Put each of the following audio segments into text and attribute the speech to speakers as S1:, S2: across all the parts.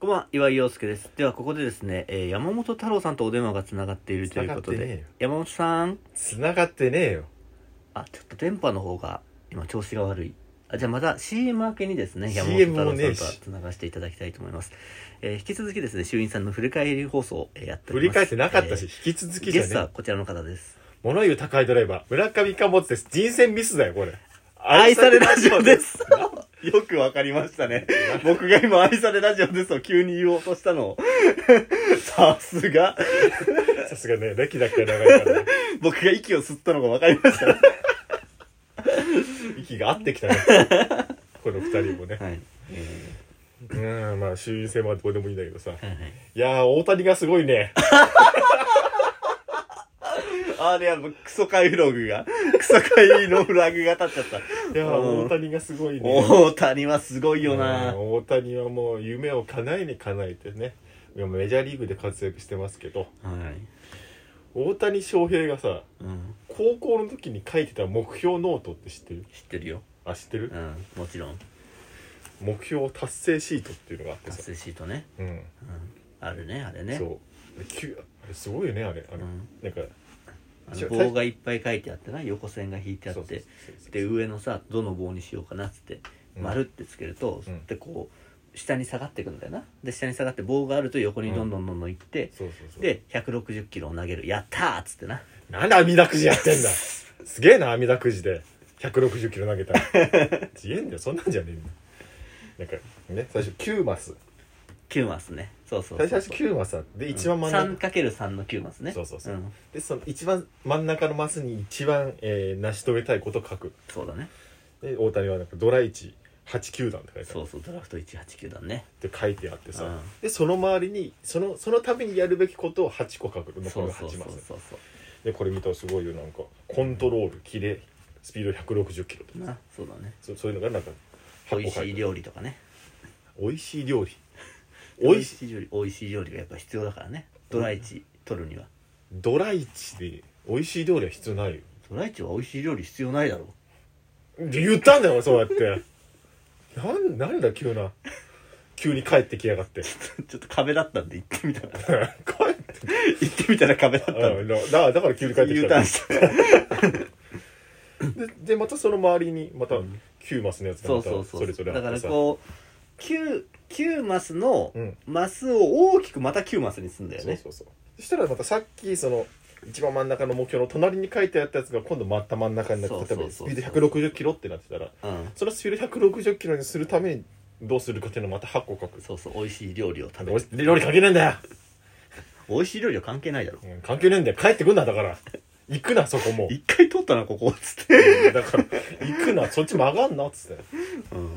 S1: こんばんは、岩井陽介です。では、ここでですね、えー山本太郎さんとお電話がつながっているということ
S2: つながってねえ
S1: で
S2: よ、
S1: 山本さん、
S2: 繋がってねえよ
S1: あ、ちょっと電波の方が今調子が悪い。あじゃあまた CM 明けにですね、山本
S2: CM
S1: 太郎
S2: もねえ
S1: さん
S2: し
S1: とはつながしていただきたいと思います。えー引き続きですね、衆院さんの振り返り放送をえーやってお
S2: 振
S1: り
S2: り
S1: ます。
S2: 返ってなかったし、
S1: えー
S2: 引き続きじ
S1: ゲ
S2: ゃ
S1: ストは
S2: ね
S1: こちらの方です。
S2: 物言う高いドライバー村上貨物です人選ミスだよこれ
S1: 愛されラジオですす。よくわかりましたね。僕が今愛されラジオですを急に言おうとしたのを。 さすが。
S2: さすがね歴だけ長いからね
S1: 僕が息を吸ったのがわかりました。
S2: 息が合ってき たねこの二人もね
S1: はい。
S2: うんまあ衆院選はどうでもいいんだけどさ
S1: はいはい
S2: いやー大谷がすごいね
S1: あれやっぱクソ回フログが、 クソ回のフラグが立っちゃっ
S2: いや
S1: うん
S2: ー大谷がすごい
S1: た。
S2: ね
S1: 大谷はすごいよ
S2: う
S1: なん
S2: 大谷はもう夢を叶えに叶えてね今メジャーリーグで活躍してますけど
S1: はい。
S2: 大谷翔平がさ
S1: うん。
S2: 高校の時に書いてた目標ノートって知ってる
S1: 知ってるよ。
S2: あ知ってる
S1: うん。もちろん。
S2: 目標達成シートっていうのがあって
S1: 達
S2: さ、
S1: 成シートね。
S2: うん
S1: うん。あるね、あれね。
S2: そうできゅあれすごいよねあれあの、
S1: うん
S2: なんか
S1: あの棒がいっぱい書いてあってな、横線が引いてあっ
S2: そうそう
S1: て。
S2: そうそう
S1: で上のさどの棒にしようかなっつって
S2: うん
S1: 丸ってつけると、
S2: うん
S1: でこう下に下がっていくんだよなで下に下がって棒があると横にどんどんどんどんいって、
S2: そうそうそう
S1: で160キロを投げるやったーっつってな
S2: なんで網だくじや ってんだすげえな網だくじで160キロ投げたら違えんだよそんなんじゃねえんだよなんかね最初9マス
S1: 9マスねそうそうそ
S2: 最
S1: う
S2: 初9マスあってで一番真ん中、
S1: 3×3 の9マスね、
S2: そうそうそうんでその一番真ん中のマスに一番、えー成し遂げたいことを書く
S1: そうだね
S2: で大谷はなんかドラ1 8球団って書いてあ
S1: そ
S2: る
S1: うそうドラフト189だね
S2: って書いてあってさ、
S1: うん
S2: でその周りにそのそのためにやるべきことを8個書く残
S1: そ
S2: り
S1: う
S2: が
S1: そう
S2: 8
S1: そう
S2: マス
S1: そうそ
S2: でこれ見たらすごいよなんかコントロールキレスピード160キロと
S1: う
S2: か
S1: なそうだね
S2: そそういうのがなんか
S1: 美
S2: 8
S1: 味
S2: 個書
S1: しい
S2: いてある
S1: 料理とかね
S2: おいしい料理おいしい
S1: い料理美味しい料理がやっぱ必要だからねドライチ取るには
S2: ドライチでおいしい料理は必要ないよ
S1: ドライチは美味しい料理必要ないだろう
S2: で言ったんだよそうやって なんなんだ急な急に帰ってきやがって
S1: ちょっと壁だったんで行ってみたら
S2: 帰って
S1: 行ってみたら壁だったんで
S2: うんだからだから急に帰ってき
S1: U タ
S2: た
S1: ー
S2: ん
S1: ン
S2: だ
S1: した
S2: ででまたその周りにまた
S1: うん
S2: 9マスのやつが
S1: そう
S2: また
S1: そうそう
S2: それぞれあ
S1: だか
S2: っ
S1: ら
S2: てさ
S1: こう 9, 9マスの
S2: うん
S1: マスを大きくまた9マスにすんだよね
S2: そうそうそうそしたらまたさっきその一番真ん中の目標の隣に書いてあったやつが今度また真ん中になって
S1: そう
S2: 例
S1: そう
S2: え
S1: そう
S2: ばスピード160キロってなってたら
S1: うん
S2: そのスピード160キロにするためにどうするかっていうのをまた8個書く
S1: そうそう美味しい料理を食べ
S2: 俺
S1: て
S2: 料理関係ねえんだよ、
S1: 美味しい料理は関係ないだろ
S2: うん関係ねえんだよ帰ってくんなだから行くなそこ も
S1: 一回通ったなここっつって、
S2: だから行くなそっち曲がんなっつって
S1: うん、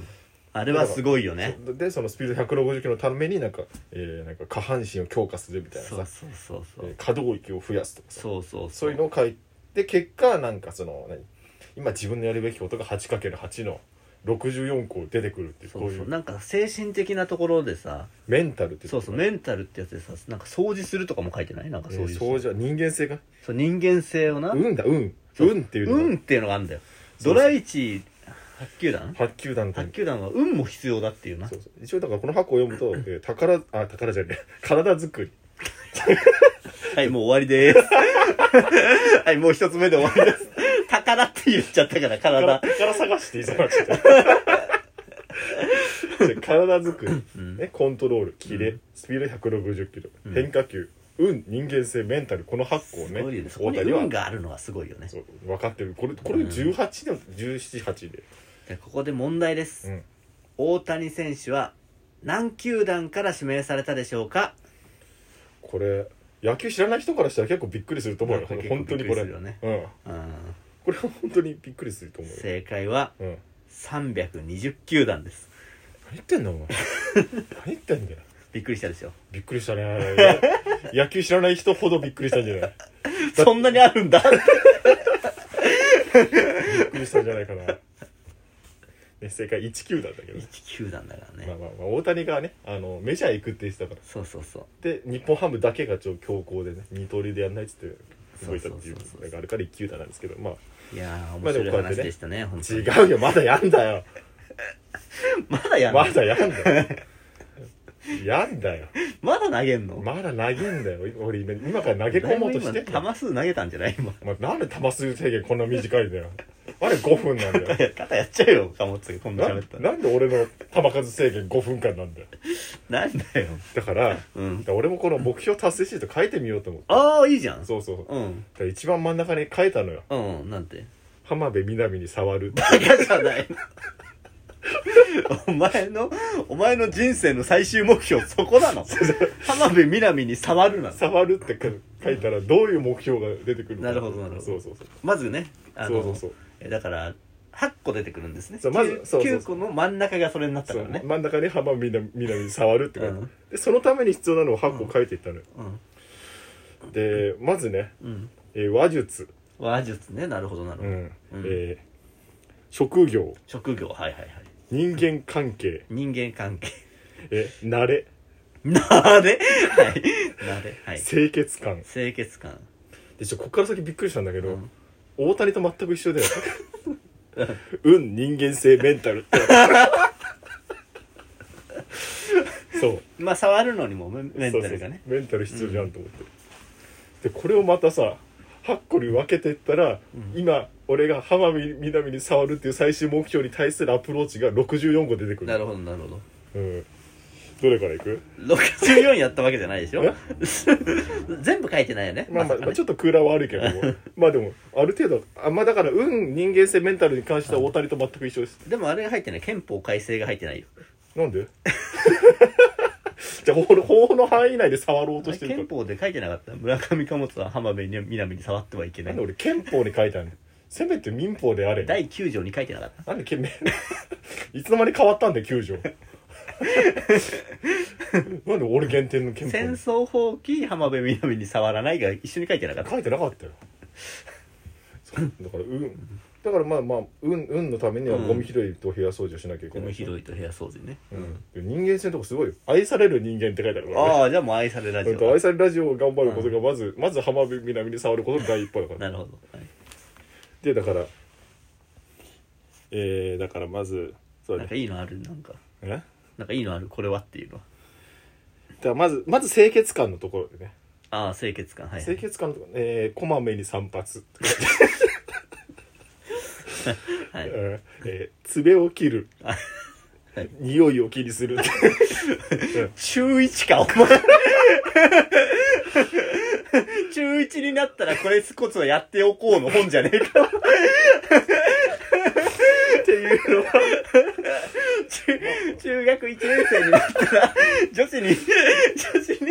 S1: あれはすごいよね
S2: そうでそのスピード160キロのためになんか,、えーなんか下半身を強化するみたいな
S1: そう
S2: さ、
S1: そうそうそ
S2: えー
S1: う
S2: 可動域を増やすとかさ
S1: そうそう
S2: そういうのを書いて結果なんかその何今自分のやるべきことが 8×8 の64個出てくるっていう
S1: そ
S2: こう
S1: う
S2: い
S1: そう
S2: う
S1: なんか精神的なところでさ
S2: メンタルってい
S1: そうそうメンタルってやつでさなんか掃除するとかも書いてないなんかそう
S2: そ
S1: いうう,、
S2: そうじゃ人間性が
S1: そう人間性をな、
S2: 運だ運
S1: そう
S2: 運っていう
S1: 運
S2: の
S1: っていうのがあるんだよ
S2: そ
S1: ド
S2: うそう
S1: ラ1 8球団
S2: が8球団と
S1: 卓球団は運も必要だっていうな
S2: そうそう一応だからこの箱を読むと「えー宝あ宝じゃねえ 体作り
S1: はいもう終わりです はいもう一つ目で終わりです宝って言っちゃったから」
S2: 宝
S1: 体
S2: 宝探していそうになっちゃった 体作り、ね、コントロールキレ、スピード160キロ、
S1: うん
S2: 変化球運人間性メンタルこの8個をね
S1: すごいよねそこ
S2: 大
S1: に
S2: 谷は
S1: 運があるのはすごいよね
S2: そう分かってるこれこれ
S1: うん
S2: 18でも178で、
S1: じゃあここで問題です、
S2: うん、
S1: 大谷選手は何球団から指名されたでしょうか
S2: これ野球知らない人からしたら結構びっくりすると思うよ
S1: なんか結構
S2: 本当に
S1: びっ
S2: こ
S1: くりす
S2: れ、
S1: るよね
S2: うん
S1: うん
S2: これは本当にびっくりすると思うよ、
S1: 正解は
S2: うん、何
S1: 320球団です
S2: 言ってんのお前何言ってんだよ
S1: びっくりしたでし ょ
S2: びっくりしたねや野球知らない人ほどびっくりしたんじゃない
S1: そんなにあるんだ
S2: びっくりしたんじゃないかな、ね、正解1球だったけどね、
S1: 1球団だからね、
S2: まあまあまあ、大谷がねあのメジャー行くって言ってたから
S1: そうそうそう
S2: で日本ハムだけがちょっと強硬でね二刀流でやんないっつって動いたっていう
S1: そうそうそうそう
S2: のがあるから一球団なんですけどまあ
S1: いやー
S2: ま
S1: 面
S2: あで
S1: 白
S2: も
S1: い
S2: こうやっ
S1: 話
S2: てね
S1: でしたね、本当に
S2: 違うよまだやんだよ
S1: まだやんの
S2: まだやんだよやんだよ
S1: まだ投げんの、
S2: まだ投げんだよ俺今今から投げ込もうとしてん
S1: だいぶ
S2: だ
S1: 今
S2: よ、
S1: 球数投げたんじゃない今
S2: まなんで球数制限こんな短いんだよあれ5分なん だよ
S1: 肩やっちゃうよ貨物がこんな
S2: な
S1: 喋ったら
S2: なんで俺の球数制限5分間なんだよ
S1: なんだよ
S2: だからだか
S1: うん
S2: ら俺もこの目標達成シート書いてみようと思って
S1: ああいいじゃん
S2: そうそうだか
S1: うん
S2: ら一番真ん中に書いたのよ
S1: うんなんて
S2: 浜辺美波に触る
S1: バカじゃないのお前のお前の人生の最終目標そこなの浜辺美波に触るなの
S2: 触るって書いたらどういう目標が出てくるのか
S1: なるほどなるほど
S2: そうそうそう
S1: まずねあの
S2: そうそうそう
S1: えだから8個出てくるんですね
S2: そうまず
S1: 9
S2: そうそうそう
S1: 9個の真ん中がそれになったからね
S2: そう真ん中に浜みなみなみに触るって書いて、
S1: うん
S2: でそのために必要なのを8個書いていったのよ、
S1: うん
S2: でまずね、
S1: うん
S2: えー話術、
S1: 話術ねなるほどなるほ
S2: う
S1: ど、
S2: ん
S1: うん
S2: えー職業
S1: 職業はいはいはい
S2: 人間関係、
S1: 人間関係
S2: えー慣れ
S1: なれはいなれはい
S2: 清潔感
S1: 清潔感
S2: でちょここから先びっくりしたんだけど、
S1: うん
S2: 大谷と全く一 緒だよ運人間性メンタルって そう
S1: まあ触るのにもメメンタルがね
S2: そうそうメンタル必要じゃんと思って、でこれをまたさ8個に分けていったら、今俺が浜辺美波に触るっていう最終目標に対するアプローチが64個出てくる
S1: なるほどなるほど
S2: うん、どれからいく、
S1: 64やったわけじゃないでしょ
S2: え
S1: 全部書いてないよね
S2: まあま
S1: さ
S2: あ
S1: か
S2: まあ
S1: ね
S2: ちょっと空欄はあるけど もまあでもある程度あまあだから運人間性メンタルに関しては大谷と全く一緒です
S1: でもあれが入ってない憲法改正が入ってないよ
S2: なんで じゃあ法の法の範囲内で触ろうとしてる
S1: 憲
S2: か
S1: 法で書いてなかった村上貨物は浜辺美波に触ってはいけ
S2: ら
S1: な
S2: なんで
S1: い
S2: 俺憲法に書いてあるのせめて民法であれ
S1: 第9条に書いてなかった
S2: なんでけ めいつの間に変わったんだよ9条 なんで俺限定の憲
S1: 戦
S2: 法
S1: 争放棄浜辺美波に触らないが一緒に書いてなかった
S2: 書いてなかったよそうだから運だからまあまあ運運のためには
S1: うん
S2: ゴミ拾いと部屋掃除をしなきゃいけ
S1: ゴ
S2: ない
S1: ミ拾いと部屋掃除ね、
S2: うん、人間性のとこすごいよ愛される人間って書いてあるからね
S1: ああじゃあもう愛されラジ
S2: うん
S1: オ
S2: と
S1: だ
S2: 愛されラジオを頑張ることがまず、まず浜辺美波に触ることが第一歩だから
S1: なるほど、はい
S2: でだからえー、だからまずそうだ
S1: なん
S2: ね
S1: かいいのあるなんか
S2: え
S1: なんかいいのあるこれはっていうのは
S2: だからまずまず清潔感のところでね
S1: ああ清潔感はい、は
S2: 清
S1: い、
S2: 潔感のとこ、えー、こまめに散髪、
S1: はい
S2: うんえー、爪を切る、
S1: はい
S2: 匂いを気に する
S1: 中1かお前 中1になったらこれこそやっておこうの本じゃねえか
S2: っていうのは
S1: 中中学1年生になったら女子に女子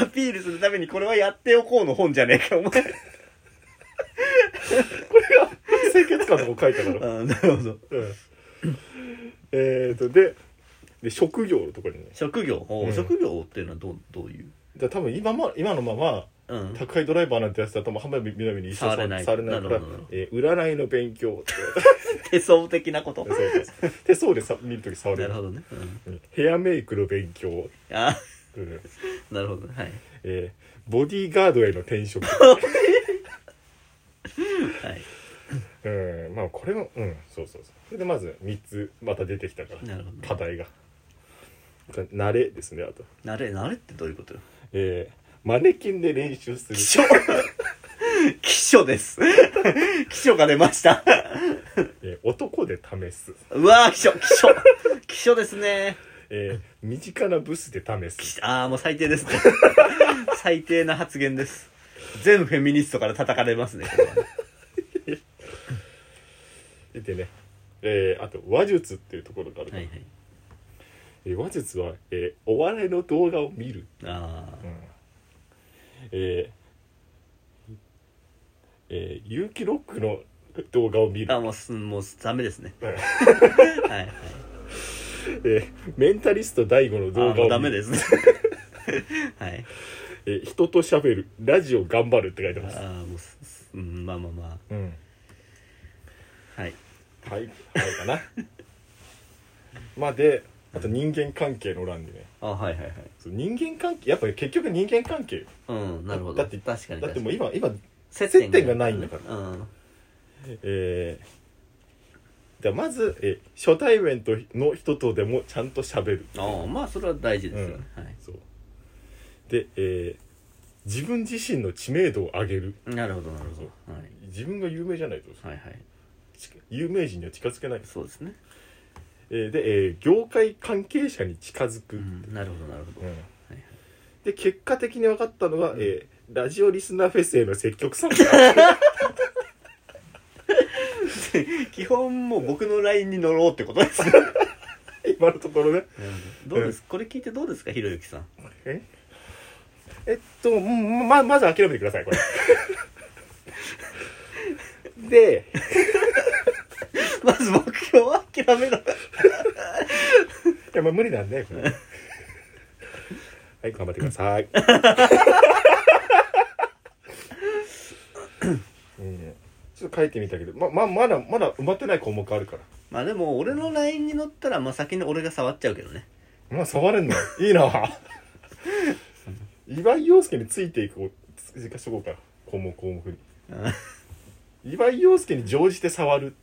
S1: にアピールするためにこれはやっておこうの本じゃねえかお前
S2: 清潔感のとこ書いたから、
S1: あなるほど
S2: うん、えーとでで職業のところにね
S1: 職業、おう
S2: うん
S1: 職業っていうのはどうどういう、
S2: だから多分今ま今のまま
S1: うん、
S2: 宅配ドライバーなんてやつだとも浜辺美波に一生
S1: 触れない
S2: 触れないか
S1: なる
S2: ら
S1: ほどなるほ、
S2: えー占いの勉強って
S1: 手相的なこと
S2: そうそうそう手相でさ見るとき触れ
S1: なる
S2: る
S1: ほどね、うん、
S2: うんヘアメイクの勉強、
S1: あ
S2: うん
S1: なるほどねはい
S2: えーボディーガードへの 転職
S1: はい
S2: うんまあこれもうんそうそうそうそれでまず3つまた出てきたから
S1: なるほどね
S2: 課題が慣れですねあと
S1: 慣れ慣れってどういう ことよ
S2: えーマネキンで練習する
S1: 気象気象です 気象が出ました
S2: えー男で試す、
S1: うわー気象気象気象ですね
S2: えー身近なブスで試す
S1: きああもう最低ですね 最低な発言です全フェミニストから叩かれますねこれはね
S2: でね、えーあと話術っていうところがある、
S1: はいはい
S2: えー話術は、えーお笑いの動画を見る、
S1: あ
S2: うんえーえー有機ロックの動画を見
S1: ーあ
S2: る、
S1: もうすもうダメですね
S2: うん
S1: はいはい
S2: えーメンタリスト DAIGO の
S1: あ
S2: 動
S1: ーもう
S2: 画
S1: ダ
S2: を見
S1: メ
S2: る
S1: ですね はい
S2: えー人と喋るラジオ頑張るって書いて
S1: あ
S2: ます、
S1: ーもうすすうんまあまあま
S2: うん、
S1: あはい
S2: はいはいかな まあであと人間関係の欄でね
S1: あはいはいはい
S2: そう人間関係やっぱり結局人間関係よ
S1: うんなるほど
S2: だって
S1: 確かに
S2: だってもう
S1: 確か
S2: 今今
S1: に
S2: 接点がないんだから
S1: うん
S2: えじゃあまずえ初対面との人とでもちゃんと喋る
S1: ああまあそれは大事ですよね、はい
S2: そうで、えー自分自身の知名度を上げる
S1: なるほどなるほど、はい、
S2: 自分が有名じゃないと、
S1: はいはい
S2: ち有名人には近づけない、
S1: そうですね、
S2: えーで、えー業界関係者に近づく、
S1: うん、なるほどなるほど、
S2: うん
S1: はいはい
S2: で結果的に分かったのが、えーラジオリスナーフェスへの積極参加
S1: 基本もう僕の LINE に乗ろうってことです
S2: 今のところね
S1: どうですこれ聞いてどうですかひろゆきさん
S2: ええっとうんままず諦めてくださいこ れで
S1: まず目標は諦めろ
S2: いやまあ無理なんでこれはい頑張ってください うんちょっと書いてみたけどまままだまだ埋まってない項目あるから
S1: まあでも俺の LINE に乗ったらまあ先に俺が触っちゃうけどね
S2: まあ触れんのいいな岩井陽介についていこう追加しとこうか項目項目
S1: うん
S2: に岩井陽介に乗じて触る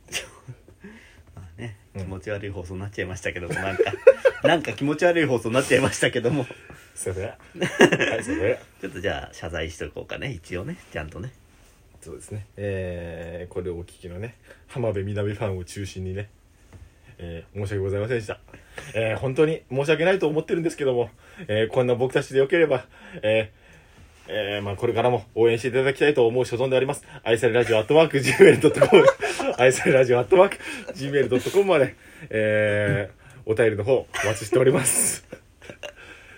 S1: まあね
S2: うん
S1: 気持ち悪い放送になっちゃいましたけども なんかなんか気持ち悪い放送になっちゃいましたけども
S2: それはいそれ
S1: ちょっとじゃあ謝罪しとこうかね一応ねちゃんとね
S2: そうですねえーこれをお聞きのね浜辺美波ファンを中心にね、えー申し訳ございませんでした、えー本当に申し訳ないと思ってるんですけども、えーこんな僕たちでよければ、えーえーまあ、これからも応援していただきたいと思う所存であります愛されラジオアットマーク Gmail.com 愛されラジオ アットマーク Gmail.com まで、えーお便りの方お待ちしております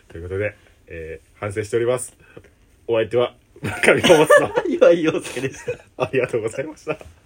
S2: ということで、えー反省しておりますお相手は村上桃松の
S1: 岩井陽介でした
S2: ありがとうございました。